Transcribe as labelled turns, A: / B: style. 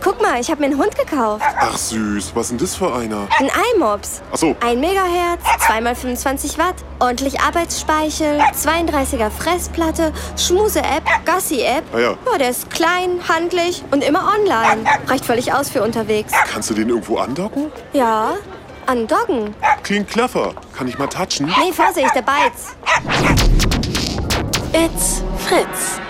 A: Guck mal, ich habe mir einen Hund gekauft.
B: Ach süß, was ist denn das für einer?
A: Ein iMops.
B: Ach so.
A: Ein Megahertz, 2x25 Watt, ordentlich Arbeitsspeichel, 32er Fressplatte, Schmuse-App, Gassi-App.
B: Ah ja.
A: ja, der ist klein, handlich und immer online. Reicht völlig aus für unterwegs.
B: Kannst du den irgendwo andocken?
A: Ja, andoggen.
B: Klingt clever. Kann ich mal touchen?
A: Nee, Vorsicht, der Bites.
C: It's Fritz.